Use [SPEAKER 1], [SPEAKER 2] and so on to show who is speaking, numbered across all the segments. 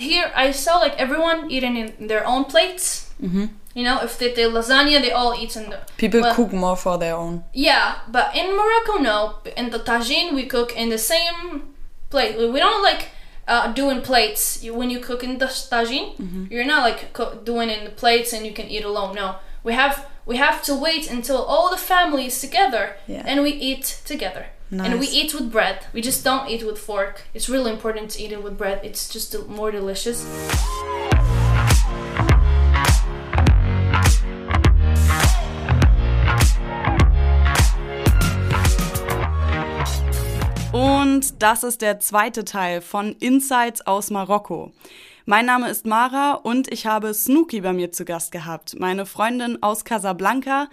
[SPEAKER 1] here I saw like everyone eating in their own plates.
[SPEAKER 2] Mm-hmm.
[SPEAKER 1] You know, if they did lasagna, they all eat in the
[SPEAKER 2] People
[SPEAKER 1] well,
[SPEAKER 2] cook more for their own.
[SPEAKER 1] Yeah, but in Morocco, no. In the tagine, we cook in the same plate. We don't like uh, doing plates. You, when you cook in the tagine,
[SPEAKER 2] Mm-hmm.
[SPEAKER 1] you're not like co- doing in the plates and you can eat alone. No, we have we have to wait until all the family is together
[SPEAKER 2] Yeah.
[SPEAKER 1] and we eat together. And we
[SPEAKER 2] Nice.
[SPEAKER 1] eat with bread. We just don't eat with fork. It's really important to eat it with bread. It's just del- more delicious.
[SPEAKER 3] Und das ist der zweite Teil von Insights aus Marokko. Mein Name ist Mara und ich habe Snooki bei mir zu Gast gehabt, meine Freundin aus Casablanca,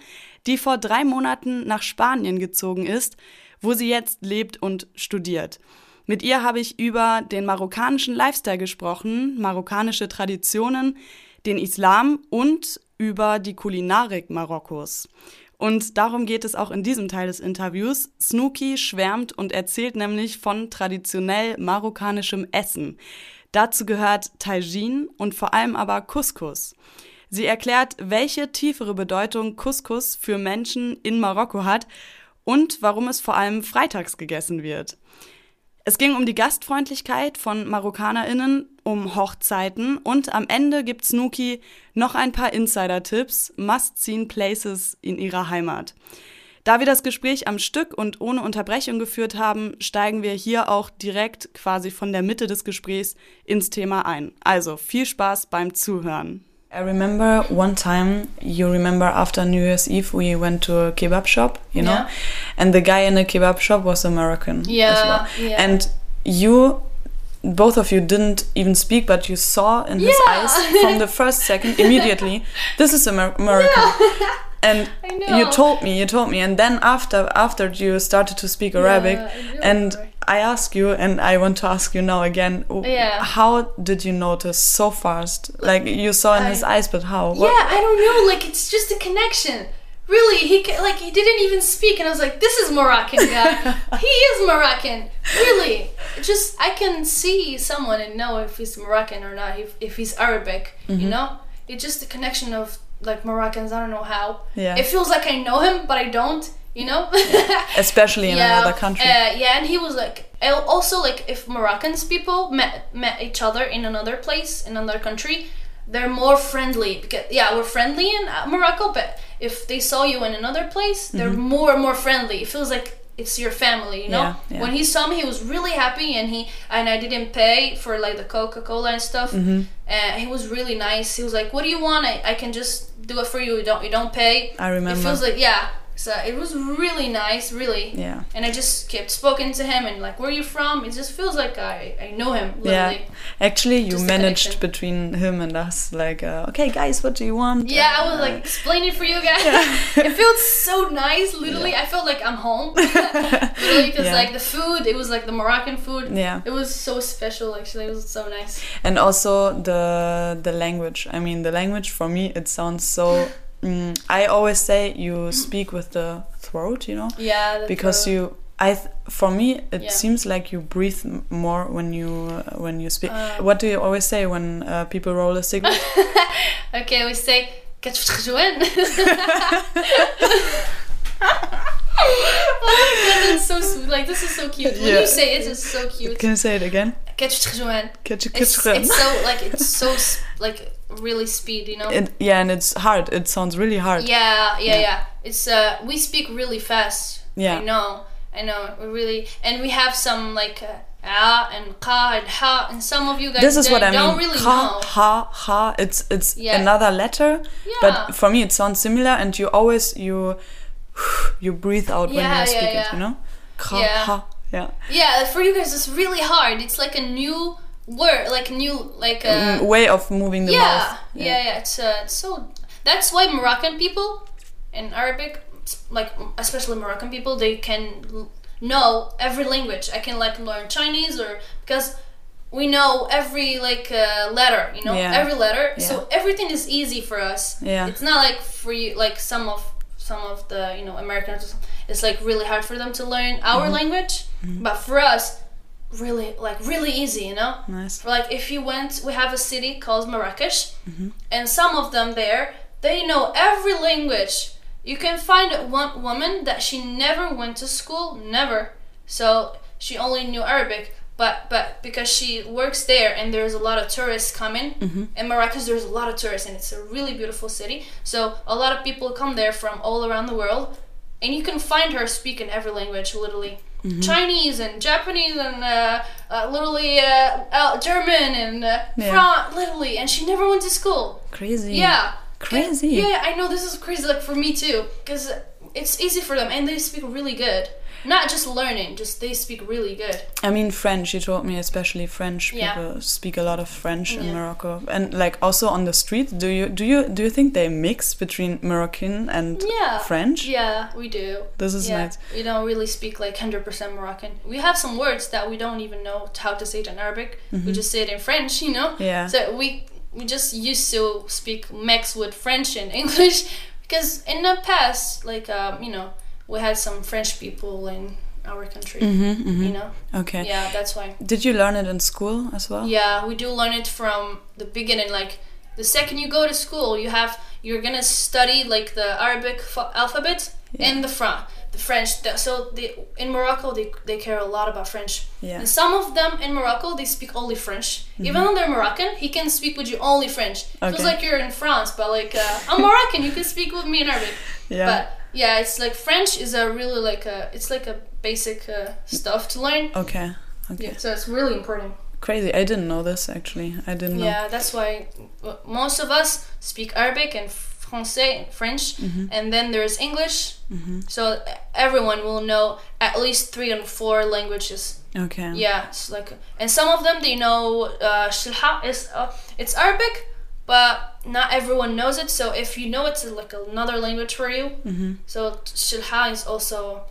[SPEAKER 3] die vor drei Monaten nach Spanien gezogen ist, wo sie jetzt lebt und studiert. Mit ihr habe ich über den marokkanischen Lifestyle gesprochen, marokkanische Traditionen, den Islam und über die Kulinarik Marokkos. Und darum geht es auch in diesem Teil des Interviews. Snooki schwärmt und erzählt nämlich von traditionell marokkanischem Essen. Dazu gehört Tajin und vor allem aber Couscous. Sie erklärt, welche tiefere Bedeutung Couscous für Menschen in Marokko hat und warum es vor allem freitags gegessen wird. Es ging um die Gastfreundlichkeit von MarokkanerInnen, um Hochzeiten und am Ende gibt Snooki noch ein paar Insider-Tipps, Must-Seen-Places in ihrer Heimat. Da wir das Gespräch am Stück und ohne Unterbrechung geführt haben, steigen wir hier auch direkt quasi von der Mitte des Gesprächs ins Thema ein. Also viel Spaß beim Zuhören.
[SPEAKER 2] I remember one time, you remember after New Year's Eve, we went to a kebab shop, you know,
[SPEAKER 1] Yeah.
[SPEAKER 2] and the guy in the kebab shop was American as
[SPEAKER 1] Yeah,
[SPEAKER 2] well.
[SPEAKER 1] yeah.
[SPEAKER 2] And you, both of you didn't even speak, but you saw in his
[SPEAKER 1] Yeah.
[SPEAKER 2] eyes from the first second immediately, this is Amer- American. And
[SPEAKER 1] know.
[SPEAKER 2] you told me, you told me, and then after after you started to speak Arabic,
[SPEAKER 1] I do
[SPEAKER 2] and
[SPEAKER 1] remember.
[SPEAKER 2] I asked you, and I want to ask you now again, w-
[SPEAKER 1] Yeah.
[SPEAKER 2] how did you notice so fast? Like you saw in his
[SPEAKER 1] I-
[SPEAKER 2] eyes, but how? What-
[SPEAKER 1] Yeah, I don't know. Like it's just a connection. Really, he ca- like he didn't even speak, and I was like, "This is Moroccan guy. he is Moroccan. Really, It just I can see someone and know if he's Moroccan or not. If if he's Arabic,
[SPEAKER 2] Mm-hmm.
[SPEAKER 1] you know, it's just a connection of like Moroccans. I don't know how.
[SPEAKER 2] Yeah.
[SPEAKER 1] it feels like I know him, but I don't. You know.
[SPEAKER 2] Especially in another country.
[SPEAKER 1] Uh, yeah, and he was like, I also like if Moroccans people met met each other in another place in another country, they're more friendly because yeah, we're friendly in uh, Morocco, but if they saw you in another place, they're more and more friendly. It feels like it's your family, you know.
[SPEAKER 2] Mm-hmm. Yeah, yeah.
[SPEAKER 1] When he saw me, he was really happy, and he and I didn't pay for like the Coca Cola and stuff.
[SPEAKER 2] Mm-hmm.
[SPEAKER 1] Uh, he was really nice. He was like, "What do you want? I, I can just do it for you. You don't you don't pay."
[SPEAKER 2] I
[SPEAKER 1] It
[SPEAKER 2] remember.
[SPEAKER 1] feels like yeah. So it was really nice, really.
[SPEAKER 2] Yeah.
[SPEAKER 1] And I just kept spoken to him and like, where are you from? It just feels like I, I know him.
[SPEAKER 2] Yeah.
[SPEAKER 1] Literally.
[SPEAKER 2] Actually, you
[SPEAKER 1] Just a
[SPEAKER 2] managed
[SPEAKER 1] connection.
[SPEAKER 2] between him and us, like, uh, okay, guys, what do you want?
[SPEAKER 1] Yeah, I
[SPEAKER 2] Uh,
[SPEAKER 1] was like explaining for you guys. it felt so nice. Literally, I felt like I'm home. literally, because
[SPEAKER 2] Yeah.
[SPEAKER 1] like the food, it was like the Moroccan food.
[SPEAKER 2] Yeah.
[SPEAKER 1] It was so special. Actually, it was so nice.
[SPEAKER 2] and also the the language. I mean, the language for me, it sounds so. Mm, I always say you speak with the throat, you know,
[SPEAKER 1] Yeah. the
[SPEAKER 2] because
[SPEAKER 1] food.
[SPEAKER 2] you. I th- for me, it
[SPEAKER 1] Yeah.
[SPEAKER 2] seems like you breathe m- more when you uh, when you speak.
[SPEAKER 1] Uh,
[SPEAKER 2] what do you always say when uh, people roll a cigarette?
[SPEAKER 1] Okay, we say. "Katfutkhjwen." oh my god, that's so sweet. Like this is so cute. When
[SPEAKER 2] Yeah.
[SPEAKER 1] you say it, it's so cute.
[SPEAKER 2] Can you say it again?
[SPEAKER 1] "Katfutkhjwen."
[SPEAKER 2] Catch a
[SPEAKER 1] it's,
[SPEAKER 2] kiss.
[SPEAKER 1] it's so like it's so s- like really speed you know
[SPEAKER 2] It, yeah, and it's hard. It sounds really hard.
[SPEAKER 1] yeah yeah yeah it's uh we speak really fast
[SPEAKER 2] Yeah.
[SPEAKER 1] i know i know we really and we have some like uh, ah and ka and ha and some of you guys
[SPEAKER 2] This is what I mean.
[SPEAKER 1] don't really
[SPEAKER 2] ha,
[SPEAKER 1] know
[SPEAKER 2] ha, ha. It's it's
[SPEAKER 1] Yeah.
[SPEAKER 2] another letter,
[SPEAKER 1] Yeah.
[SPEAKER 2] but for me it sounds similar. And you always you you breathe out when
[SPEAKER 1] Yeah,
[SPEAKER 2] you
[SPEAKER 1] yeah,
[SPEAKER 2] speak it.
[SPEAKER 1] yeah.
[SPEAKER 2] You know, ha,
[SPEAKER 1] Yeah.
[SPEAKER 2] ha. Yeah.
[SPEAKER 1] yeah for you guys it's really hard it's like a new word like new like uh, a
[SPEAKER 2] Mm, Way of moving the
[SPEAKER 1] yeah,
[SPEAKER 2] mouth.
[SPEAKER 1] yeah, yeah, It's, uh, it's so that's why Moroccan people in Arabic, s- like especially Moroccan people, they can l- know every language. I can like learn Chinese or because we know every like uh, letter, you know,
[SPEAKER 2] Yeah.
[SPEAKER 1] every letter. So
[SPEAKER 2] Yeah.
[SPEAKER 1] everything is easy for us.
[SPEAKER 2] Yeah.
[SPEAKER 1] it's not like for you like some of some of the
[SPEAKER 2] Mm-hmm.
[SPEAKER 1] you know Americans. or some- It's like really hard for them to learn our language, but for us, really like really easy you know
[SPEAKER 2] Nice.
[SPEAKER 1] like if you went we have a city called marrakesh and some of them there they know every language you can find one woman that she never went to school never so she only knew arabic but but because she works there and there's a lot of tourists coming in marrakesh there's a lot of tourists and it's a really beautiful city so a lot of people come there from all around the world and you can find her speaking every language literally
[SPEAKER 2] Mm-hmm.
[SPEAKER 1] chinese and japanese and uh, uh, literally uh, uh, german and uh,
[SPEAKER 2] Yeah.
[SPEAKER 1] Fran- literally and she never went to school
[SPEAKER 2] Crazy.
[SPEAKER 1] yeah
[SPEAKER 2] Crazy.
[SPEAKER 1] And- yeah i know this is crazy like for me too because it's easy for them and they speak really good not just learning just they speak really good
[SPEAKER 2] I mean, French. You told me especially French
[SPEAKER 1] Yeah.
[SPEAKER 2] people speak a lot of French in
[SPEAKER 1] Yeah.
[SPEAKER 2] Morocco, and like also on the street. Do you do you do you think they mix between Moroccan and
[SPEAKER 1] yeah
[SPEAKER 2] French?
[SPEAKER 1] yeah we do
[SPEAKER 2] This is
[SPEAKER 1] yeah,
[SPEAKER 2] nice.
[SPEAKER 1] we don't really speak like 100% Moroccan. We have some words that we don't even know how to say it in Arabic. We just say it in French, you know?
[SPEAKER 2] Mm-hmm. Yeah.
[SPEAKER 1] So we we just used to speak mix with French and English because in the past, like, um, you know, we had some French people in our country,
[SPEAKER 2] Mm-hmm.
[SPEAKER 1] you know?
[SPEAKER 2] Okay.
[SPEAKER 1] Yeah, that's why.
[SPEAKER 2] Did you learn it in school as well?
[SPEAKER 1] Yeah, we do learn it from the beginning. Like the second you go to school, you have you're gonna study like the Arabic f- alphabet and the Fran, the French. The, so they, in Morocco, they they care a lot about French.
[SPEAKER 2] Yeah. Mm-hmm.
[SPEAKER 1] And some of them in Morocco, they speak only French. Even though they're Moroccan, he can speak with you only French.
[SPEAKER 2] Okay.
[SPEAKER 1] Feels like you're in France, but like uh, I'm Moroccan, you can speak with me in Arabic.
[SPEAKER 2] Yeah.
[SPEAKER 1] But yeah, it's like French is a really like a it's like a basic uh, stuff to learn.
[SPEAKER 2] Okay. Okay.
[SPEAKER 1] So it's really important.
[SPEAKER 2] Crazy. I didn't know this actually. I didn't know.
[SPEAKER 1] Yeah, that's why w- most of us speak Arabic and Francais and French,
[SPEAKER 2] Mm-hmm.
[SPEAKER 1] and then there's English. So everyone will know at least three and four languages.
[SPEAKER 2] Okay.
[SPEAKER 1] Yeah, it's like and some of them they know. Uh, Shilha is uh, it's Arabic, but not everyone knows it. So if you know it's like another language for you,
[SPEAKER 2] Mm-hmm.
[SPEAKER 1] so Shilha is also,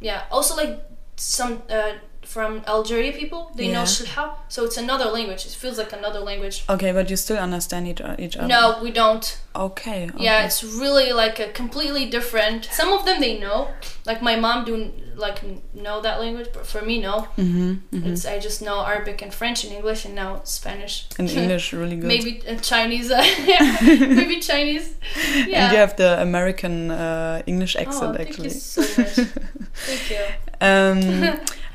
[SPEAKER 1] yeah, also like some uh, from Algeria people they know
[SPEAKER 2] Yeah.
[SPEAKER 1] Shilha, so it's another language. It feels like another language.
[SPEAKER 2] Okay, but you still understand each, each other.
[SPEAKER 1] No, we don't.
[SPEAKER 2] Okay. okay.
[SPEAKER 1] Yeah, it's really like a completely different. Some of them they know, like my mom do like know that language, but for me no. Mm-hmm, It's I just know Arabic and French and English and now Spanish.
[SPEAKER 2] In English, really good.
[SPEAKER 1] maybe uh, Chinese. yeah, maybe Chinese. Yeah.
[SPEAKER 2] And you have the American uh, English
[SPEAKER 1] oh,
[SPEAKER 2] accent
[SPEAKER 1] thank
[SPEAKER 2] actually.
[SPEAKER 1] you so much. thank you.
[SPEAKER 2] Um,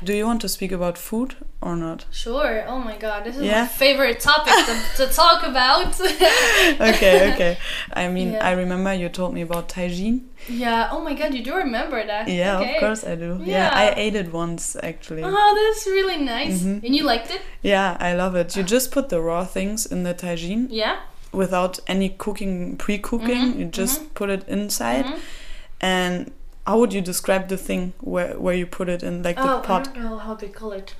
[SPEAKER 2] do you want to speak about food or not?
[SPEAKER 1] Sure. Oh my God, this is
[SPEAKER 2] Yeah.
[SPEAKER 1] my favorite topic to, to talk about.
[SPEAKER 2] Okay, okay. I mean,
[SPEAKER 1] Yeah.
[SPEAKER 2] I remember you told me about tagine.
[SPEAKER 1] yeah. Oh my God, you do remember that?
[SPEAKER 2] Yeah,
[SPEAKER 1] Okay.
[SPEAKER 2] of course I do.
[SPEAKER 1] Yeah.
[SPEAKER 2] I ate it once actually.
[SPEAKER 1] Oh, that's really nice.
[SPEAKER 2] Mm-hmm.
[SPEAKER 1] And you liked it?
[SPEAKER 2] Yeah, I love it. You just put the raw things in the tagine
[SPEAKER 1] Yeah.
[SPEAKER 2] without any cooking, pre-cooking.
[SPEAKER 1] Mm-hmm,
[SPEAKER 2] You just put it inside. And how would you describe the thing where where you put it in, like the
[SPEAKER 1] oh,
[SPEAKER 2] pot?
[SPEAKER 1] I don't know how they call it.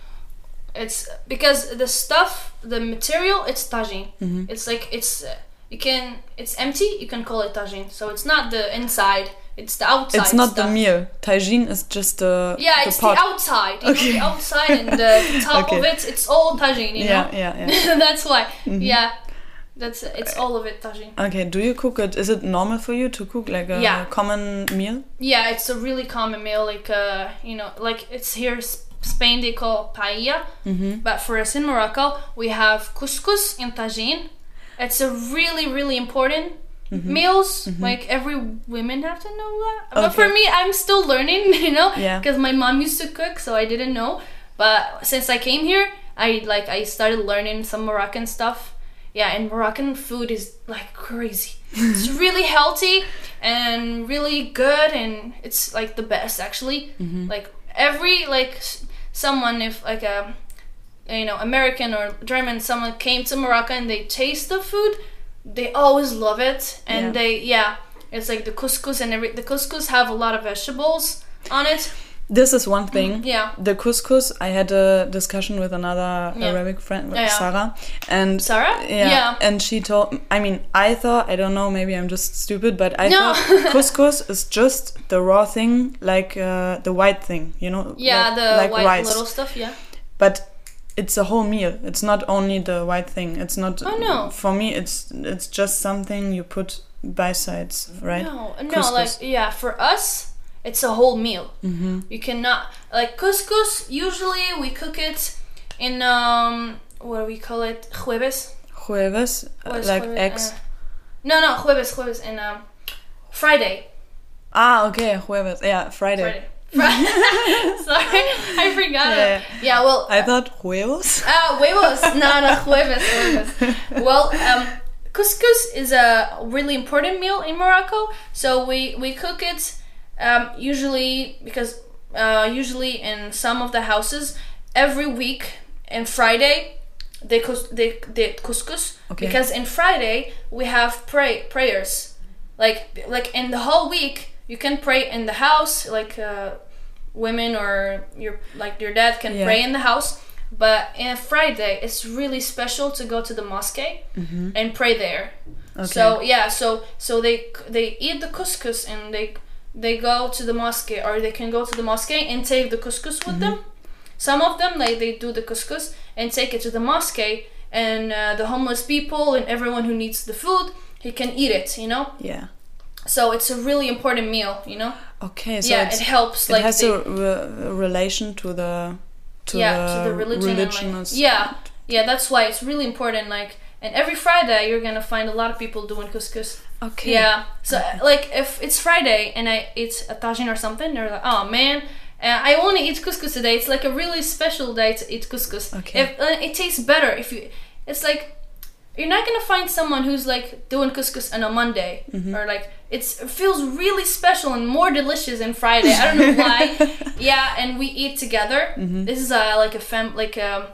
[SPEAKER 1] It's because the stuff, the material, it's tajine.
[SPEAKER 2] Mm-hmm.
[SPEAKER 1] It's like it's uh, you can it's empty. You can call it tajine. So it's not the inside. It's the outside.
[SPEAKER 2] It's not
[SPEAKER 1] stuff.
[SPEAKER 2] the meal. Tagine is just the
[SPEAKER 1] Yeah,
[SPEAKER 2] the
[SPEAKER 1] it's
[SPEAKER 2] pot.
[SPEAKER 1] the outside. You know,
[SPEAKER 2] Okay.
[SPEAKER 1] the outside and the top of
[SPEAKER 2] Okay.
[SPEAKER 1] it. It's all tajine. You
[SPEAKER 2] yeah, yeah, yeah. Mm-hmm.
[SPEAKER 1] know. that's why. Yeah, that's it's all of it tajine.
[SPEAKER 2] Okay, do you cook it? Is it normal for you to cook like a
[SPEAKER 1] Yeah.
[SPEAKER 2] common meal?
[SPEAKER 1] Yeah, it's a really common meal. Like, uh, you know, like it's here S- Spain they call paella, but for us in Morocco we have couscous and tagine. It's a really really important meals. Like every women have to know that. But for
[SPEAKER 2] Okay.
[SPEAKER 1] me, I'm still learning. You know,
[SPEAKER 2] Yeah.
[SPEAKER 1] because my mom used to cook, so I didn't know. But since I came here, I like I started learning some Moroccan stuff. Yeah, and Moroccan food is like crazy. it's really healthy and really good, and it's like the best actually. Like every like s- someone if like um, a you know American or German someone came to Morocco and they taste the food, they always love it, and
[SPEAKER 2] Yeah.
[SPEAKER 1] they yeah. It's like the couscous and every the couscous have a lot of vegetables on it.
[SPEAKER 2] This is one thing.
[SPEAKER 1] Mm, Yeah.
[SPEAKER 2] The couscous, I had a discussion with another
[SPEAKER 1] Yeah.
[SPEAKER 2] Arabic friend,
[SPEAKER 1] Yeah, yeah.
[SPEAKER 2] Sarah, and
[SPEAKER 1] Sarah?
[SPEAKER 2] Yeah,
[SPEAKER 1] Yeah.
[SPEAKER 2] and she told. I mean, I thought I don't know. Maybe I'm just stupid, but I
[SPEAKER 1] No.
[SPEAKER 2] thought couscous is just the raw thing, like uh, the white thing, you know?
[SPEAKER 1] Yeah,
[SPEAKER 2] like,
[SPEAKER 1] the
[SPEAKER 2] like
[SPEAKER 1] white
[SPEAKER 2] rice.
[SPEAKER 1] little stuff. Yeah.
[SPEAKER 2] But it's a whole meal. It's not only the white thing. It's not.
[SPEAKER 1] Oh, no.
[SPEAKER 2] For me, it's it's just something you put by sides, right?
[SPEAKER 1] No, no,
[SPEAKER 2] Couscous.
[SPEAKER 1] like yeah, for us, it's a whole meal. Mm-hmm. You cannot like couscous. Usually, we cook it in um, what do we call it? Jueves.
[SPEAKER 2] Jueves, uh,
[SPEAKER 1] What is
[SPEAKER 2] like
[SPEAKER 1] jueves?
[SPEAKER 2] eggs.
[SPEAKER 1] Uh, no, no, jueves, jueves, and um, Friday.
[SPEAKER 2] Ah, okay, jueves. Yeah, Friday.
[SPEAKER 1] Friday. Friday. Sorry, I forgot.
[SPEAKER 2] Yeah.
[SPEAKER 1] Yeah, well,
[SPEAKER 2] I thought huevos.
[SPEAKER 1] Ah, huevos. No, no, huevos, huevos. Well, um, couscous is a really important meal in Morocco. So we, we cook it um, usually because uh, usually in some of the houses every week and Friday they cous- they, they couscous
[SPEAKER 2] Okay.
[SPEAKER 1] because in Friday we have pray prayers like like in the whole week you can pray in the house like uh, women or your like your dad can
[SPEAKER 2] Yeah.
[SPEAKER 1] pray in the house but in friday it's really special to go to the mosque
[SPEAKER 2] Mm-hmm.
[SPEAKER 1] and pray there so yeah so so they they eat the couscous and they they go to the mosque or they can go to the mosque and take the couscous
[SPEAKER 2] Mm-hmm.
[SPEAKER 1] with them some of them they, they do the couscous and take it to the mosque and uh, the homeless people and everyone who needs the food he can eat it you know
[SPEAKER 2] Yeah.
[SPEAKER 1] so it's a really important meal you know
[SPEAKER 2] Okay, so
[SPEAKER 1] yeah
[SPEAKER 2] it's,
[SPEAKER 1] it helps
[SPEAKER 2] it
[SPEAKER 1] like
[SPEAKER 2] has
[SPEAKER 1] they-
[SPEAKER 2] a re- relation to the to
[SPEAKER 1] yeah,
[SPEAKER 2] the,
[SPEAKER 1] to the religion, and
[SPEAKER 2] and
[SPEAKER 1] like,
[SPEAKER 2] s-
[SPEAKER 1] yeah, yeah. That's why it's really important. Like, and every Friday you're gonna find a lot of people doing couscous.
[SPEAKER 2] Okay.
[SPEAKER 1] Yeah. So like, if it's Friday and I eat a tagine or something, they're like, oh man. Uh, I want to eat couscous today. It's like a really special day to eat couscous.
[SPEAKER 2] Okay.
[SPEAKER 1] If, uh, it tastes better if you. It's like you're not gonna find someone who's like doing couscous on a Monday
[SPEAKER 2] Mm. Mm-hmm.
[SPEAKER 1] or like it's it feels really special and more delicious on Friday. I don't know why. yeah, and we eat together.
[SPEAKER 2] Mm-hmm.
[SPEAKER 1] This is uh, like a fam like um,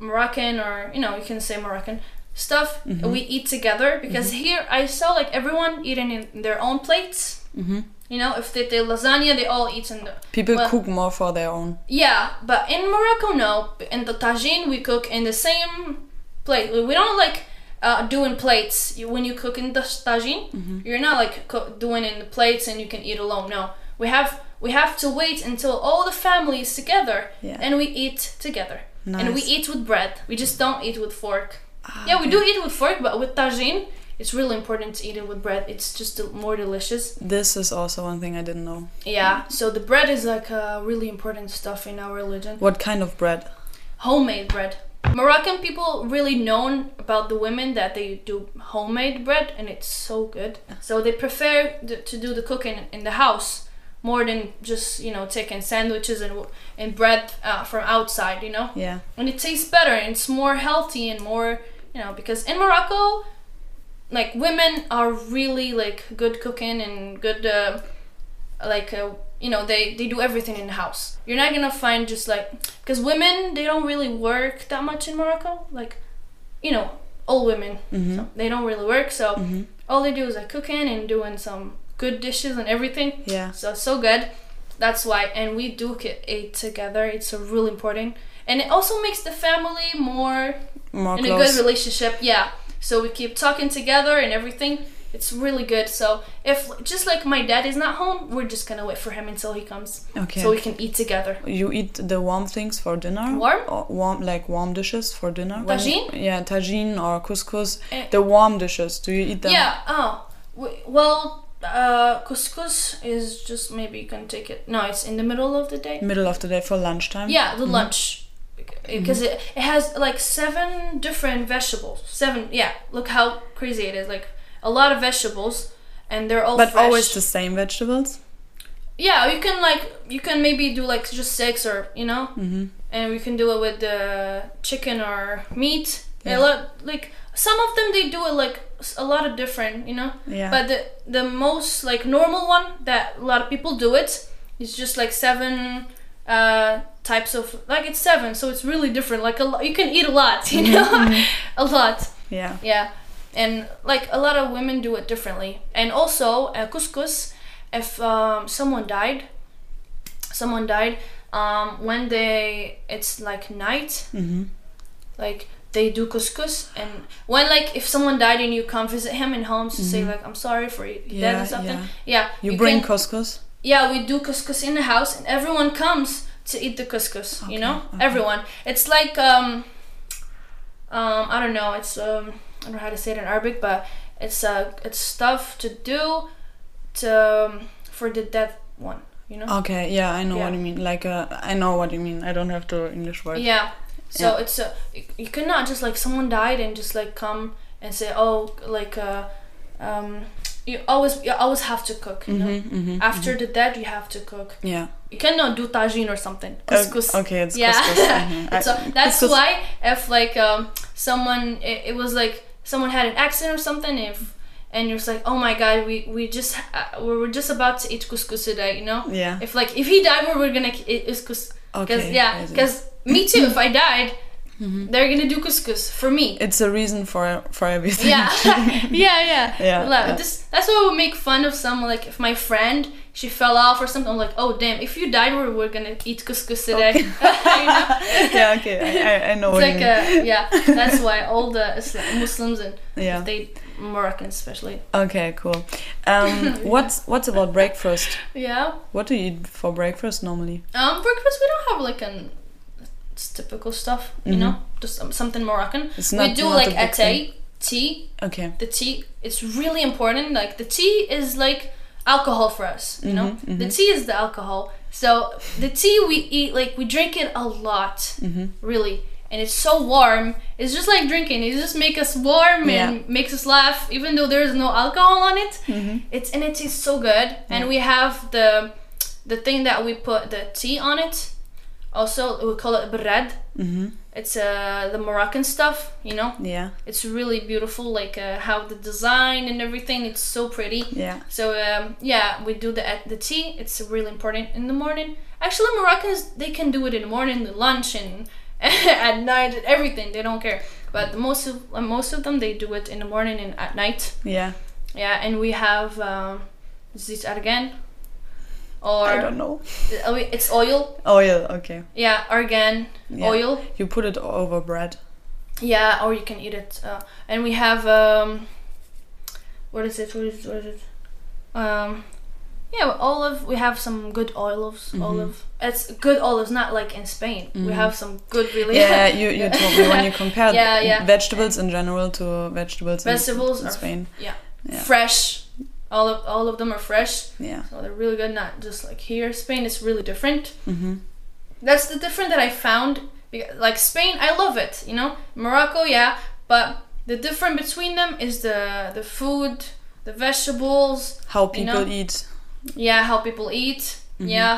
[SPEAKER 1] Moroccan or you know you can say Moroccan stuff. We eat together because here I saw like everyone eating in their own plates. You know, if they did lasagna, they all eat in the
[SPEAKER 2] Mm-hmm. People
[SPEAKER 1] well-
[SPEAKER 2] cook more for their own.
[SPEAKER 1] yeah, but in Morocco, no. In the tagine, we cook in the same plate. We don't like uh, doing plates. You- When you cook in the tagine, you're not like co- doing in the plates and you can eat alone. No, we have we have to wait until all the family is together
[SPEAKER 2] Yeah.
[SPEAKER 1] and we eat together. And we
[SPEAKER 2] Nice.
[SPEAKER 1] eat with bread. We just don't eat with fork. yeah, we do eat with fork, but with tagine, it's really important to eat it with bread. It's just del- more delicious.
[SPEAKER 2] This is also one thing I didn't know.
[SPEAKER 1] Yeah. So the bread is like uh, really important stuff in our religion
[SPEAKER 2] What kind of bread?
[SPEAKER 1] homemade bread. Moroccan people really known about the women that they do homemade bread and it's so good. So they prefer th- to do the cooking in the house more than just you know taking sandwiches and w- and bread uh, from outside. You know,
[SPEAKER 2] Yeah.
[SPEAKER 1] and it tastes better and it's more healthy and more you know because in Morocco, like women are really like good cooking and good uh, like uh, you know they they do everything in the house you're not gonna find just like because women they don't really work that much in morocco like you know all women
[SPEAKER 2] Mm-hmm.
[SPEAKER 1] so they don't really work so all they do is like cooking and doing some good dishes and everything
[SPEAKER 2] Yeah.
[SPEAKER 1] so so good that's why and we do get it together it's a really important and it also makes the family more
[SPEAKER 2] More
[SPEAKER 1] in a
[SPEAKER 2] close.
[SPEAKER 1] good relationship yeah so we keep talking together and everything it's really good so if just like my dad is not home we're just gonna wait for him until he comes
[SPEAKER 2] Okay.
[SPEAKER 1] so we can eat together
[SPEAKER 2] you eat the warm things for dinner.
[SPEAKER 1] Warm?
[SPEAKER 2] Or warm, like warm dishes for dinner. When-
[SPEAKER 1] Tagine?
[SPEAKER 2] yeah, tagine or couscous.
[SPEAKER 1] Eh.
[SPEAKER 2] the warm dishes. Do you eat them?
[SPEAKER 1] yeah oh w- well uh, couscous is just maybe you can take it no it's in the middle of the day
[SPEAKER 2] Middle of the day for lunchtime.
[SPEAKER 1] yeah the lunch because it,
[SPEAKER 2] Mm-hmm.
[SPEAKER 1] it has like seven different vegetables seven yeah look how crazy it is like a lot of vegetables and they're all
[SPEAKER 2] But
[SPEAKER 1] fresh.
[SPEAKER 2] always the same vegetables.
[SPEAKER 1] Yeah, you can like you can maybe do like just six or you know, mm-hmm. and we can do it with the chicken or meat. A
[SPEAKER 2] Yeah.
[SPEAKER 1] lot like some of them they do it like s- a lot of different, you know.
[SPEAKER 2] Yeah.
[SPEAKER 1] But the the most like normal one that a lot of people do it is just like seven uh types of like it's seven, so it's really different. Like a lo- you can eat a lot, you know, a lot.
[SPEAKER 2] Yeah.
[SPEAKER 1] Yeah, and like a lot of women do it differently. And also uh, couscous, if um, someone died, someone died um, when they it's like night,
[SPEAKER 2] Mm-hmm.
[SPEAKER 1] like they do couscous. And when like if someone died and you come visit him in homes to say like I'm sorry for you
[SPEAKER 2] Mm-hmm. Yeah,
[SPEAKER 1] dead or something. Yeah,
[SPEAKER 2] yeah. You, bring
[SPEAKER 1] can-
[SPEAKER 2] couscous.
[SPEAKER 1] yeah, we do couscous in the house, and everyone comes to eat the couscous.
[SPEAKER 2] Okay,
[SPEAKER 1] you know,
[SPEAKER 2] okay.
[SPEAKER 1] everyone. It's like um, um, I don't know. It's um, I don't know how to say it in Arabic, but it's uh, it's stuff to do to um, for the dead one. You know.
[SPEAKER 2] Okay. Yeah, I know
[SPEAKER 1] Uh-huh. Yeah.
[SPEAKER 2] what you mean. Like, uh, I know what you mean. I don't have the English word.
[SPEAKER 1] Yeah. So it's a, you cannot just like someone died and just like come and say oh like uh, um, you always you always have to cook. You
[SPEAKER 2] Mm-hmm.
[SPEAKER 1] know? After the dead, you have to cook.
[SPEAKER 2] Yeah.
[SPEAKER 1] You cannot do tagine or something.
[SPEAKER 2] Oh,
[SPEAKER 1] Couscous.
[SPEAKER 2] okay, it's
[SPEAKER 1] yeah.
[SPEAKER 2] couscous, mhm. I-
[SPEAKER 1] so that's
[SPEAKER 2] couscous-
[SPEAKER 1] why if like um, someone it, it was like someone had an accident or something if and you're just like oh my god we we just uh, we were just about to eat couscous today you know
[SPEAKER 2] Yeah.
[SPEAKER 1] if like if he died we were gonna eat couscous because
[SPEAKER 2] Okay, Mm-hmm.
[SPEAKER 1] yeah
[SPEAKER 2] I see.
[SPEAKER 1] because me too if I died they're gonna do couscous for me
[SPEAKER 2] It's a reason for for everything.
[SPEAKER 1] yeah yeah yeah
[SPEAKER 2] Yeah,
[SPEAKER 1] Like,
[SPEAKER 2] yeah.
[SPEAKER 1] This, that's why I would make fun of someone like if my friend she fell off or something I'm like oh damn if you died we were gonna eat couscous today you know
[SPEAKER 2] yeah. Okay. I, I, I know
[SPEAKER 1] it's
[SPEAKER 2] what
[SPEAKER 1] like
[SPEAKER 2] you mean.
[SPEAKER 1] a, yeah that's why all the Islam, Muslims and
[SPEAKER 2] Oh, Yeah.
[SPEAKER 1] if they Moroccans especially
[SPEAKER 2] Okay. Cool. Um, what's what's about breakfast?
[SPEAKER 1] yeah
[SPEAKER 2] What do you eat for breakfast normally?
[SPEAKER 1] um for Christmas we don't have like an it's typical stuff you know just um, something Moroccan
[SPEAKER 2] Mm-hmm. It's
[SPEAKER 1] we
[SPEAKER 2] not-
[SPEAKER 1] do
[SPEAKER 2] not
[SPEAKER 1] like
[SPEAKER 2] a big
[SPEAKER 1] ate tea
[SPEAKER 2] Okay.
[SPEAKER 1] the tea it's really important like the tea is like alcohol for us you know the tea is the alcohol so the tea we eat like we drink it a lot
[SPEAKER 2] Mm-hmm.
[SPEAKER 1] really and it's so warm it's just like drinking it just makes us warm
[SPEAKER 2] Yeah.
[SPEAKER 1] and makes us laugh even though there's no alcohol on it
[SPEAKER 2] Mm-hmm.
[SPEAKER 1] it's and it tastes so good and we have the the thing that we put the tea on it also we call it bread
[SPEAKER 2] Mhm.
[SPEAKER 1] it's uh, the moroccan stuff you know
[SPEAKER 2] Yeah.
[SPEAKER 1] it's really beautiful like uh, how the design and everything it's so pretty
[SPEAKER 2] Yeah.
[SPEAKER 1] so um, yeah we do the at the tea it's really important in the morning actually moroccans they can do it in the morning the lunch and at night and everything they don't care but most of uh, most of them they do it in the morning and at night
[SPEAKER 2] Yeah.
[SPEAKER 1] yeah and we have um, zit argan or
[SPEAKER 2] I don't know.
[SPEAKER 1] uh, we- it's oil
[SPEAKER 2] Oil. Oh, Okay.
[SPEAKER 1] yeah argan
[SPEAKER 2] Yeah.
[SPEAKER 1] oil
[SPEAKER 2] You put it over bread.
[SPEAKER 1] Yeah, or you can eat it. Uh, and we have um, what is it? What is, what is it? Um, yeah, olive. We have some good olives.
[SPEAKER 2] Mm-hmm.
[SPEAKER 1] Olive. It's good olives, not like in Spain. We have some good, really
[SPEAKER 2] Yeah, you, you told me when you compared
[SPEAKER 1] Yeah, yeah.
[SPEAKER 2] vegetables in general to vegetables, in-
[SPEAKER 1] Vegetables
[SPEAKER 2] in,
[SPEAKER 1] are-
[SPEAKER 2] Spain. yeah.
[SPEAKER 1] fresh. All of all of them are fresh,
[SPEAKER 2] Yeah.
[SPEAKER 1] so they're really good. Not just like here. Spain is really different.
[SPEAKER 2] hmm
[SPEAKER 1] That's the different that I found. Be- Like Spain, I love it. You know, Morocco, yeah, but the difference between them is the the food, the vegetables.
[SPEAKER 2] How
[SPEAKER 1] You
[SPEAKER 2] people
[SPEAKER 1] know?
[SPEAKER 2] eat.
[SPEAKER 1] yeah how people eat yeah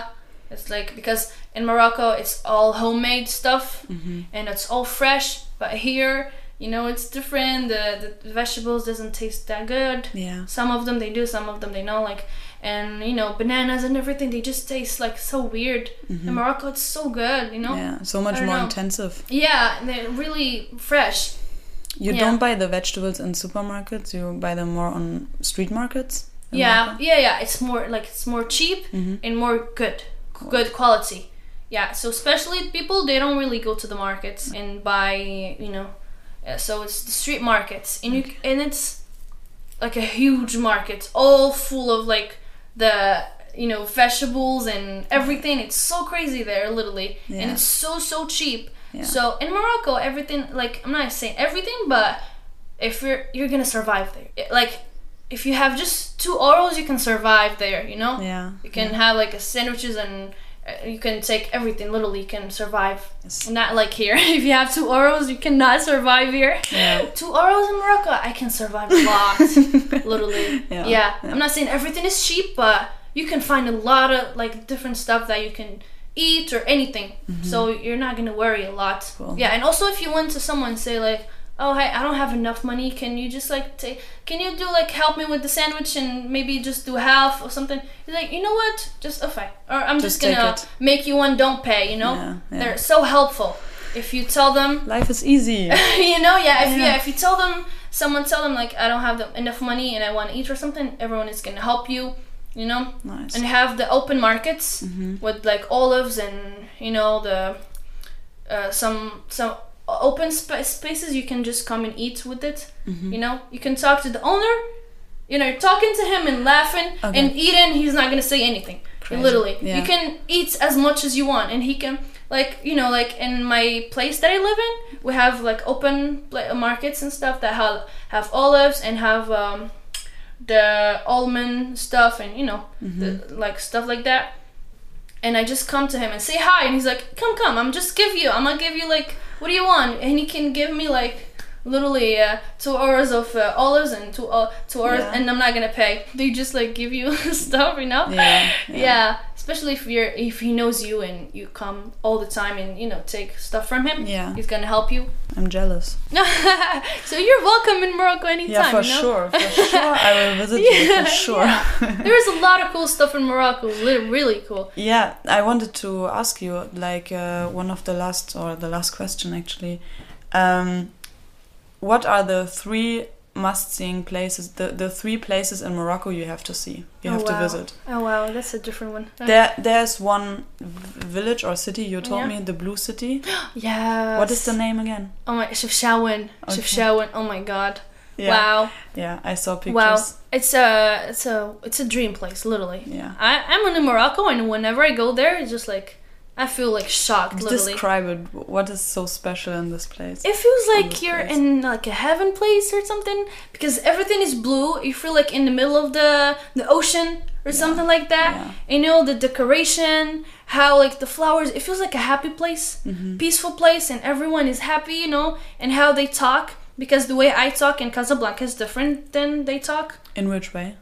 [SPEAKER 1] it's like because in morocco it's all homemade stuff
[SPEAKER 2] Mm-hmm.
[SPEAKER 1] and it's all fresh but here you know it's different the, the vegetables doesn't taste that good
[SPEAKER 2] Yeah.
[SPEAKER 1] some of them they do some of them they don't like and you know bananas and everything they just taste like so weird in morocco it's so good you know yeah,
[SPEAKER 2] mm-hmm. Mm. Yeah. So much
[SPEAKER 1] I don't
[SPEAKER 2] more
[SPEAKER 1] know.
[SPEAKER 2] intensive.
[SPEAKER 1] and they're really fresh
[SPEAKER 2] You
[SPEAKER 1] Yeah.
[SPEAKER 2] don't buy the vegetables in supermarkets. You buy them more on street markets. in
[SPEAKER 1] yeah
[SPEAKER 2] Marco.
[SPEAKER 1] yeah yeah it's more like it's more cheap and more good good quality yeah so especially people they don't really go to the markets and buy you know uh, so it's the street markets and you and it's like a huge market all full of like the you know vegetables and everything it's so crazy there literally and
[SPEAKER 2] Yeah.
[SPEAKER 1] it's so so cheap
[SPEAKER 2] Yeah.
[SPEAKER 1] so in morocco everything like i'm not saying everything but if you're you're gonna survive there It- like if you have just two orals you can survive there you know
[SPEAKER 2] Yeah.
[SPEAKER 1] you can have like a sandwiches and uh, you can take everything literally you can survive
[SPEAKER 2] Yes.
[SPEAKER 1] not like here if you have two orals you cannot survive here
[SPEAKER 2] Yeah.
[SPEAKER 1] two orals in morocco i can survive a lot literally
[SPEAKER 2] Yeah,
[SPEAKER 1] yeah.
[SPEAKER 2] yeah.
[SPEAKER 1] i'm not saying everything is cheap but you can find a lot of like different stuff that you can eat or anything so you're not gonna worry a lot
[SPEAKER 2] Mm-hmm. Cool.
[SPEAKER 1] yeah and also if you went to someone and say like oh hey i don't have enough money can you just like take can you do like help me with the sandwich and maybe just do half or something you're like you know what just okay or i'm
[SPEAKER 2] Just
[SPEAKER 1] just,
[SPEAKER 2] take
[SPEAKER 1] gonna
[SPEAKER 2] it.
[SPEAKER 1] make you one don't pay you know
[SPEAKER 2] Yeah, yeah.
[SPEAKER 1] they're so helpful if you tell them
[SPEAKER 2] Life is easy.
[SPEAKER 1] you know, yeah. If
[SPEAKER 2] Yeah.
[SPEAKER 1] yeah. if you tell them, someone tell them like I don't have the, enough money and I want to eat or something, everyone is gonna help you, you know.
[SPEAKER 2] nice.
[SPEAKER 1] And have the open markets with like olives and you know the uh, some some open spa- spaces you can just come and eat with it. You know, you can talk to the owner. You know, you're talking to him and laughing
[SPEAKER 2] Okay.
[SPEAKER 1] and eating. He's not gonna say anything.
[SPEAKER 2] Crazy.
[SPEAKER 1] Literally,
[SPEAKER 2] Yeah.
[SPEAKER 1] you can eat as much as you want, and he can like you know like in my place that I live in, we have like open pla- markets and stuff that have have olives and have um, the almond stuff and you know the,
[SPEAKER 2] Mm-hmm.
[SPEAKER 1] like stuff like that. And I just come to him and say hi, and he's like, "Come, come! I'm just give you. I'm gonna give you like what do you want? And he can give me like literally uh, two hours of uh, olives and two uh, two hours,
[SPEAKER 2] Yeah.
[SPEAKER 1] and I'm not gonna pay. They just like give you stuff, you know?
[SPEAKER 2] Yeah,
[SPEAKER 1] yeah.
[SPEAKER 2] yeah.
[SPEAKER 1] Especially if you're if he knows you and you come all the time and you know take stuff from him.
[SPEAKER 2] Yeah.
[SPEAKER 1] He's gonna help you.
[SPEAKER 2] I'm jealous.
[SPEAKER 1] so you're welcome in Morocco anytime.
[SPEAKER 2] Yeah, for
[SPEAKER 1] you know?
[SPEAKER 2] sure, for sure. I will visit you
[SPEAKER 1] Yeah,
[SPEAKER 2] for sure.
[SPEAKER 1] There is a lot of cool stuff in Morocco. li- Really cool.
[SPEAKER 2] Yeah, I wanted to ask you, like, uh, one of the last, or the last question actually. Um, what are the three must seeing places, the, the three places in Morocco you have to see, you
[SPEAKER 1] Oh,
[SPEAKER 2] have
[SPEAKER 1] wow.
[SPEAKER 2] to visit?
[SPEAKER 1] Oh wow, that's a different one.
[SPEAKER 2] There, There's one v- village or city you told
[SPEAKER 1] Yeah.
[SPEAKER 2] me, the Blue City.
[SPEAKER 1] Yeah.
[SPEAKER 2] What is the name again?
[SPEAKER 1] Oh my, Shifshawin.
[SPEAKER 2] Okay.
[SPEAKER 1] Shifshawin. Oh my god.
[SPEAKER 2] Yeah,
[SPEAKER 1] Wow.
[SPEAKER 2] yeah, I saw pictures.
[SPEAKER 1] Wow. It's a it's a it's a dream place, literally.
[SPEAKER 2] Yeah.
[SPEAKER 1] I I'm in Morocco, and whenever I go there, it's just like I feel like shocked, literally.
[SPEAKER 2] Describe it. What is so special in this place?
[SPEAKER 1] It feels like
[SPEAKER 2] this
[SPEAKER 1] you're
[SPEAKER 2] place.
[SPEAKER 1] in like a heaven place or something because everything is blue. You feel like in the middle of the the ocean or something like that. You know the decoration, how like the flowers. It feels like a happy place, peaceful place, and everyone is happy. You know, and how they talk because the way I talk in Casablanca is different than they talk.
[SPEAKER 2] In which way?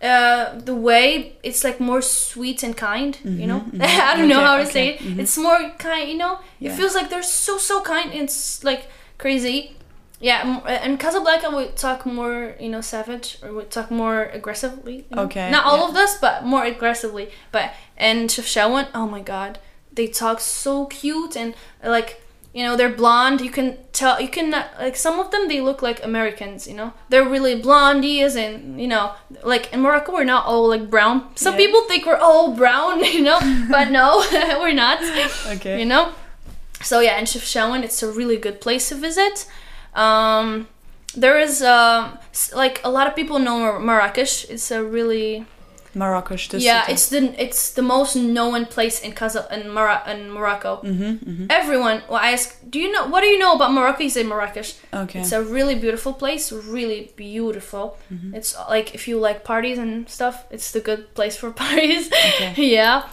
[SPEAKER 1] Uh, the way it's like more sweet and kind, you know. I don't know
[SPEAKER 2] Mm-hmm, Okay,
[SPEAKER 1] how to
[SPEAKER 2] okay, Mm-hmm.
[SPEAKER 1] say it. It's more kind, you know. It
[SPEAKER 2] Yeah.
[SPEAKER 1] feels like they're so so kind. and It's like crazy. Yeah, m- uh, in Casablanca we talk more, you know, savage or we talk more aggressively. you know?
[SPEAKER 2] Okay,
[SPEAKER 1] Not all
[SPEAKER 2] yeah.
[SPEAKER 1] of us, but more aggressively. But and Chefchaouen, oh my god, they talk so cute and uh, like you know they're blonde. You can tell you can uh, like some of them they look like Americans. You know they're really blondies and you know like in Morocco we're not all like brown. Some
[SPEAKER 2] Yeah.
[SPEAKER 1] people think we're all brown, you know, but no, we're not.
[SPEAKER 2] Okay.
[SPEAKER 1] You know, so yeah, in Chefchaouen it's a really good place to visit. Um, there is um, s- like a lot of people know Mar- Marrakesh. It's a really
[SPEAKER 2] Marrakesh. This
[SPEAKER 1] yeah,
[SPEAKER 2] city.
[SPEAKER 1] it's the it's the most known place in Casa in, Mara- in Morocco. Mm-hmm, Everyone, well, I ask, do you know what do you know about Morocco? You say Marrakesh.
[SPEAKER 2] okay.
[SPEAKER 1] It's a really beautiful place, really beautiful. It's uh, like if you like parties and stuff, it's the good place for parties. yeah.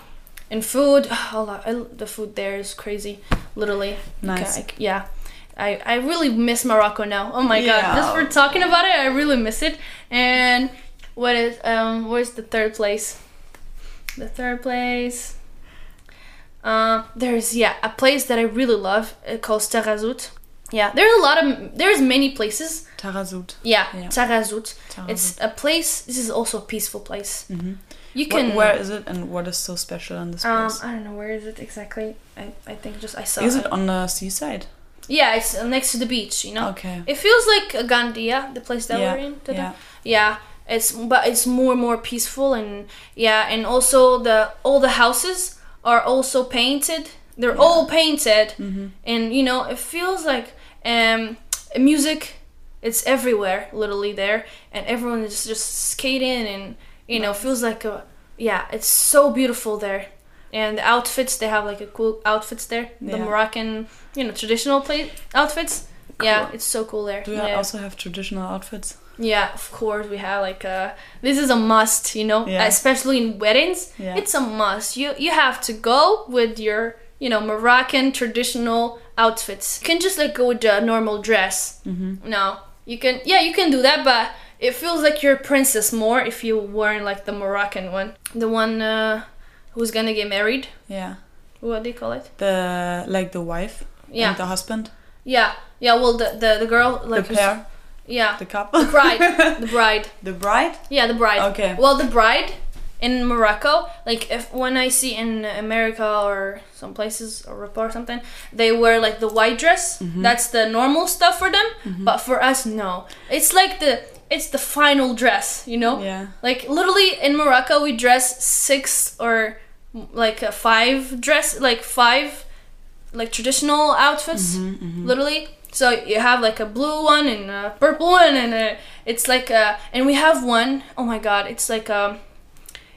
[SPEAKER 1] And food, oh, la- I, the food there is crazy, literally.
[SPEAKER 2] Nice.
[SPEAKER 1] Okay, I- yeah. I, I really miss Morocco now. Oh my god,
[SPEAKER 2] Yeah.
[SPEAKER 1] just for talking about it, I really miss it. And what is um where's the third place? The third place. Uh, there's yeah a place that I really love uh, called Tarazout. Yeah, there's a lot of there's many places.
[SPEAKER 2] Tarazout.
[SPEAKER 1] Yeah,
[SPEAKER 2] Yeah. Uh-huh.
[SPEAKER 1] Tarazout. It's
[SPEAKER 2] Tarazout.
[SPEAKER 1] a place. This is also a peaceful place. You
[SPEAKER 2] Wh-
[SPEAKER 1] can
[SPEAKER 2] Mm-hmm. where is it and what is so special in this
[SPEAKER 1] um
[SPEAKER 2] place?
[SPEAKER 1] I don't know where is it exactly. I, I think just I saw.
[SPEAKER 2] Is it on the seaside?
[SPEAKER 1] Yeah, it's uh, next to the beach. You know.
[SPEAKER 2] Okay.
[SPEAKER 1] It feels like uh, Gandia, the place that
[SPEAKER 2] yeah.
[SPEAKER 1] we're in. today.
[SPEAKER 2] yeah.
[SPEAKER 1] Yeah, it's but it's more and more peaceful and yeah, and also the all the houses are also painted. They're all painted,
[SPEAKER 2] Mm-hmm.
[SPEAKER 1] and you know it feels like um music. It's everywhere, literally there, and everyone is just skating and you know feels like a yeah. It's so beautiful there. And the outfits they have like a cool outfits there. The
[SPEAKER 2] Yeah.
[SPEAKER 1] Moroccan, you know, traditional play outfits. Yeah, it's so cool there.
[SPEAKER 2] Do you
[SPEAKER 1] yeah.
[SPEAKER 2] also have traditional outfits?
[SPEAKER 1] Yeah, of course we have like uh this is a must, you know,
[SPEAKER 2] Yeah.
[SPEAKER 1] especially in weddings.
[SPEAKER 2] Yeah.
[SPEAKER 1] It's a must. You you have to go with your, you know, Moroccan traditional outfits. You can just like go with the normal dress. Mm-hmm. No. You can yeah, you can do that, but it feels like you're a princess more if you wearing like the Moroccan one. The one uh who's gonna get married.
[SPEAKER 2] Yeah.
[SPEAKER 1] What do you call it?
[SPEAKER 2] The like the wife
[SPEAKER 1] Yeah.
[SPEAKER 2] and the husband,
[SPEAKER 1] Yeah. Yeah, well the the, the girl like
[SPEAKER 2] Mm. the
[SPEAKER 1] who's-
[SPEAKER 2] pair,
[SPEAKER 1] Yeah.
[SPEAKER 2] the couple,
[SPEAKER 1] The bride. the bride.
[SPEAKER 2] the bride.
[SPEAKER 1] Yeah, the bride.
[SPEAKER 2] Okay.
[SPEAKER 1] Well, the bride in Morocco, like if when I see in America or some places or Europa or something, they wear like the white dress. That's the normal stuff for them, but for us, no. It's like the it's the final dress, you know.
[SPEAKER 2] Yeah.
[SPEAKER 1] Like literally in Morocco, we dress six or m- like a five dress, like five like traditional outfits,
[SPEAKER 2] Mm-hmm.
[SPEAKER 1] literally. So you have like a blue one and a purple one, and a, it's like a, and we have one. Oh my god, it's like um,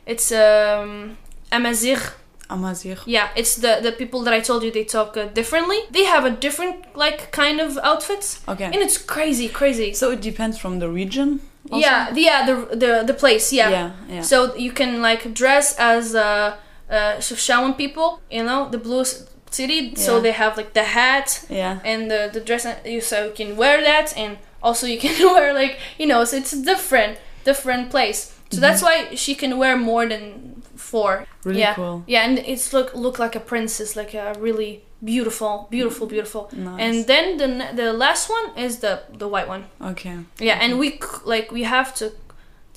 [SPEAKER 1] it's um, amazigh.
[SPEAKER 2] Amazigh.
[SPEAKER 1] Yeah, it's the the people that I told you they talk uh, differently. They have a different like kind of outfits.
[SPEAKER 2] Okay.
[SPEAKER 1] and it's crazy, crazy.
[SPEAKER 2] So it depends from the region. Also?
[SPEAKER 1] Yeah, the, yeah, the the the place. Yeah.
[SPEAKER 2] Yeah, yeah.
[SPEAKER 1] So you can like dress as uh, uh Shefshawan people, you know, the blue s- city, so
[SPEAKER 2] Yeah.
[SPEAKER 1] they have like the hat
[SPEAKER 2] Yeah.
[SPEAKER 1] and the the dress, and you so you can wear that, and also you can wear like you know, so it's a different different place. So that's why she can wear more than four.
[SPEAKER 2] Really
[SPEAKER 1] yeah.
[SPEAKER 2] cool.
[SPEAKER 1] Yeah, and it's look look like a princess, like a really beautiful, beautiful, beautiful.
[SPEAKER 2] Nice.
[SPEAKER 1] And then the ne- the last one is the the white one.
[SPEAKER 2] Okay.
[SPEAKER 1] Yeah, and we c- like we have to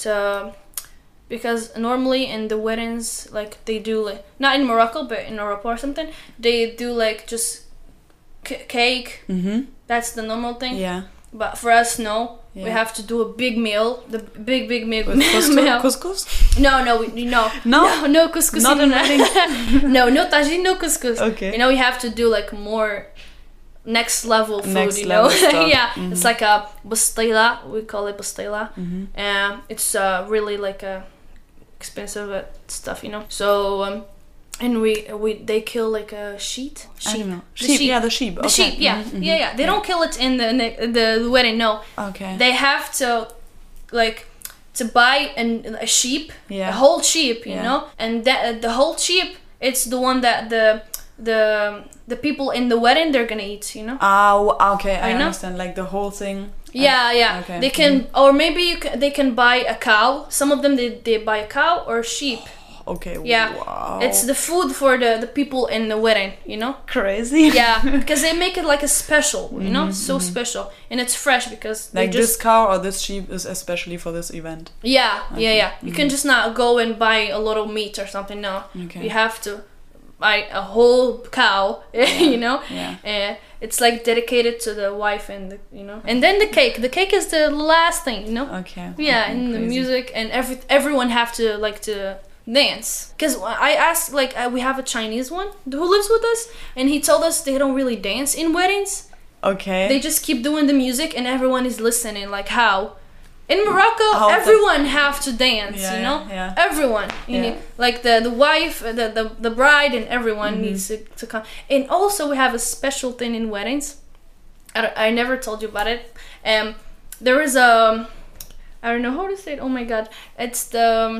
[SPEAKER 1] to because normally in the weddings like they do like not in Morocco but in Europe or something they do like just c- cake.
[SPEAKER 2] Mhm.
[SPEAKER 1] That's the normal thing.
[SPEAKER 2] Yeah.
[SPEAKER 1] But for us, no. We
[SPEAKER 2] Yeah.
[SPEAKER 1] have to do a big meal, the big, big, big
[SPEAKER 2] With
[SPEAKER 1] meal.
[SPEAKER 2] Couscous? Couscous?
[SPEAKER 1] No, no, we, no,
[SPEAKER 2] No?
[SPEAKER 1] no, no couscous. e
[SPEAKER 2] Not
[SPEAKER 1] in-
[SPEAKER 2] in wedding.
[SPEAKER 1] no, no tajine, no couscous.
[SPEAKER 2] Okay.
[SPEAKER 1] You know, we have to do like more next level food.
[SPEAKER 2] Next
[SPEAKER 1] you
[SPEAKER 2] level
[SPEAKER 1] know,
[SPEAKER 2] stuff. Mm-hmm.
[SPEAKER 1] yeah, it's like a bustela. We call it bustela. Um, it's uh, really like a expensive uh, stuff, you know. So um, and we we they kill like a sheet.
[SPEAKER 2] I
[SPEAKER 1] Sheep.
[SPEAKER 2] don't know.
[SPEAKER 1] The
[SPEAKER 2] Sheep.
[SPEAKER 1] sheep.
[SPEAKER 2] Yeah, the sheep. Mm-hmm,
[SPEAKER 1] The sheep, yeah, yeah, yeah. They don't kill it in the in the, the wedding. No,
[SPEAKER 2] Okay.
[SPEAKER 1] they have to like to buy an, a sheep
[SPEAKER 2] Yeah.
[SPEAKER 1] a whole sheep you
[SPEAKER 2] Yeah.
[SPEAKER 1] know and that uh, the whole sheep it's the one that the the the people in the wedding they're gonna eat you know
[SPEAKER 2] Ah, w- okay, I,
[SPEAKER 1] I know.
[SPEAKER 2] understand. Like the whole thing.
[SPEAKER 1] yeah yeah
[SPEAKER 2] okay. Mm-hmm.
[SPEAKER 1] they can or maybe you can, they can buy a cow some of them they, they buy a cow or sheep
[SPEAKER 2] Okay.
[SPEAKER 1] yeah
[SPEAKER 2] Wow.
[SPEAKER 1] it's the food for the the people in the wedding you know
[SPEAKER 2] crazy. Mm-hmm,
[SPEAKER 1] yeah because they make it like a special you know so special and it's fresh because they
[SPEAKER 2] Like
[SPEAKER 1] just
[SPEAKER 2] this cow or this sheep is especially for this event.
[SPEAKER 1] Yeah, yeah, yeah. You can just not go and buy a lot of meat or something. No,
[SPEAKER 2] Mm-hmm. Okay.
[SPEAKER 1] you have to buy a whole cow. you know,
[SPEAKER 2] yeah.
[SPEAKER 1] and it's like dedicated to the wife and the, you know, and then the cake. The cake is the last thing. You know.
[SPEAKER 2] Okay.
[SPEAKER 1] Yeah,
[SPEAKER 2] Oh, okay,
[SPEAKER 1] and the
[SPEAKER 2] crazy.
[SPEAKER 1] music and every everyone have to like to dance. Cause I asked like uh, we have a Chinese one who lives with us, and he told us they don't really dance in weddings
[SPEAKER 2] Okay.
[SPEAKER 1] they just keep doing the music and everyone is listening like how in morocco
[SPEAKER 2] How the-
[SPEAKER 1] everyone have to dance
[SPEAKER 2] Yeah,
[SPEAKER 1] you
[SPEAKER 2] yeah,
[SPEAKER 1] know
[SPEAKER 2] yeah.
[SPEAKER 1] everyone you
[SPEAKER 2] Yeah.
[SPEAKER 1] need, like the the wife uh, the the, the bride and everyone
[SPEAKER 2] Mm-hmm.
[SPEAKER 1] needs to, to come and also we have a special thing in weddings i, don't- I never told you about it um there is a i don't know how to say it oh my god it's the um,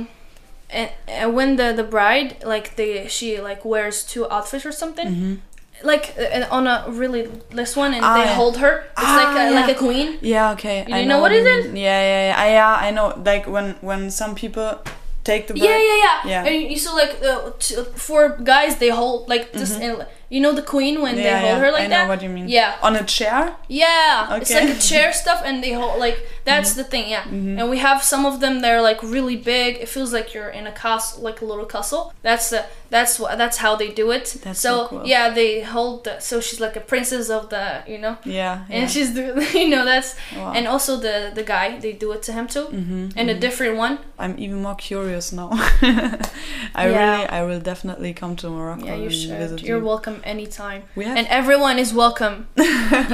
[SPEAKER 1] and, and when the the bride like they she like wears two outfits or something like uh, and on a really this one and
[SPEAKER 2] Mm-hmm. Ah,
[SPEAKER 1] they
[SPEAKER 2] yeah.
[SPEAKER 1] hold her it's
[SPEAKER 2] Ah,
[SPEAKER 1] like a,
[SPEAKER 2] yeah.
[SPEAKER 1] like a queen
[SPEAKER 2] Yeah, okay.
[SPEAKER 1] You know what
[SPEAKER 2] what
[SPEAKER 1] it
[SPEAKER 2] you
[SPEAKER 1] is?
[SPEAKER 2] mean. Yeah, yeah, yeah. I, yeah, I know. Like when when some people take the
[SPEAKER 1] yeah yeah yeah
[SPEAKER 2] Yeah.
[SPEAKER 1] and you saw like uh, t- four guys they hold like this and, you know the queen when they hold her like
[SPEAKER 2] Mm-hmm. I
[SPEAKER 1] that
[SPEAKER 2] know what you mean.
[SPEAKER 1] yeah
[SPEAKER 2] On a chair?
[SPEAKER 1] yeah it's
[SPEAKER 2] Okay. Mm-hmm.
[SPEAKER 1] like a chair stuff and they hold like that's the thing yeah and we have some of them they're like really big it feels like you're in a castle like a little castle that's the that's what that's how they do it
[SPEAKER 2] That's so
[SPEAKER 1] so
[SPEAKER 2] cool.
[SPEAKER 1] yeah they hold the, so she's like a princess of the you know
[SPEAKER 2] Yeah. yeah.
[SPEAKER 1] and she's the, you know that's
[SPEAKER 2] Wow. Mm-hmm.
[SPEAKER 1] and also the the guy they do it to him too and a different one
[SPEAKER 2] I'm even more curious now. I
[SPEAKER 1] Yeah.
[SPEAKER 2] really, I will definitely come to Morocco
[SPEAKER 1] yeah you
[SPEAKER 2] and
[SPEAKER 1] should
[SPEAKER 2] visit
[SPEAKER 1] you're
[SPEAKER 2] Oh, you.
[SPEAKER 1] welcome anytime
[SPEAKER 2] We have-
[SPEAKER 1] and everyone is welcome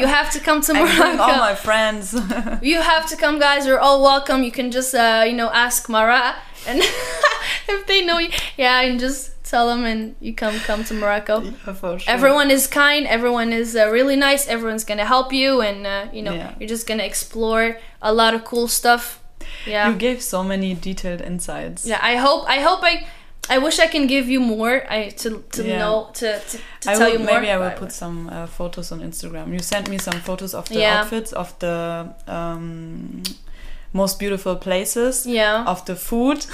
[SPEAKER 1] you have to come to
[SPEAKER 2] I bring all
[SPEAKER 1] morocco
[SPEAKER 2] my friends.
[SPEAKER 1] you have to come guys you're all welcome you can just uh, you know ask mara and if they know you yeah and just tell them and you come come to morocco
[SPEAKER 2] Yeah, for sure.
[SPEAKER 1] Everyone is kind. Everyone is uh, really nice. Everyone's gonna help you, and uh, you know
[SPEAKER 2] Yeah.
[SPEAKER 1] you're just gonna explore a lot of cool stuff. Yeah,
[SPEAKER 2] You gave so many detailed insights.
[SPEAKER 1] Yeah, I hope. I hope I. I wish I can give you more. I to to
[SPEAKER 2] Yeah.
[SPEAKER 1] know to to, to
[SPEAKER 2] I
[SPEAKER 1] tell
[SPEAKER 2] will,
[SPEAKER 1] you more.
[SPEAKER 2] Maybe I will
[SPEAKER 1] but-
[SPEAKER 2] put some uh, photos on Instagram. You sent me some photos of the
[SPEAKER 1] Yeah.
[SPEAKER 2] outfits, of the um, most beautiful places,
[SPEAKER 1] Yeah.
[SPEAKER 2] of the food,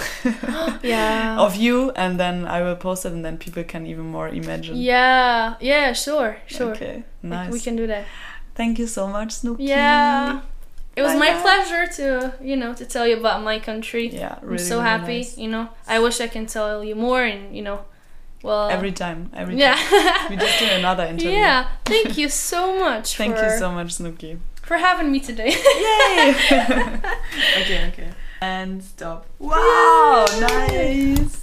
[SPEAKER 1] yeah.
[SPEAKER 2] of you, and then I will post it, and then people can even more imagine.
[SPEAKER 1] Yeah. Yeah. Sure. Sure.
[SPEAKER 2] Okay.
[SPEAKER 1] We-
[SPEAKER 2] Nice.
[SPEAKER 1] We can do that.
[SPEAKER 2] Thank you so much, Snoopy.
[SPEAKER 1] Yeah. It was my
[SPEAKER 2] Bye-bye.
[SPEAKER 1] pleasure to you know to tell you about my country.
[SPEAKER 2] Yeah.
[SPEAKER 1] I'm
[SPEAKER 2] Really,
[SPEAKER 1] so
[SPEAKER 2] really
[SPEAKER 1] happy.
[SPEAKER 2] nice.
[SPEAKER 1] You know, I wish I can tell you more, and you know, well.
[SPEAKER 2] Every time. Every
[SPEAKER 1] yeah.
[SPEAKER 2] time. We just do another interview.
[SPEAKER 1] yeah. Thank you so much.
[SPEAKER 2] Thank
[SPEAKER 1] for,
[SPEAKER 2] you so much, Snooki.
[SPEAKER 1] for having me today.
[SPEAKER 2] Yay! okay, okay. And stop. Wow, nice.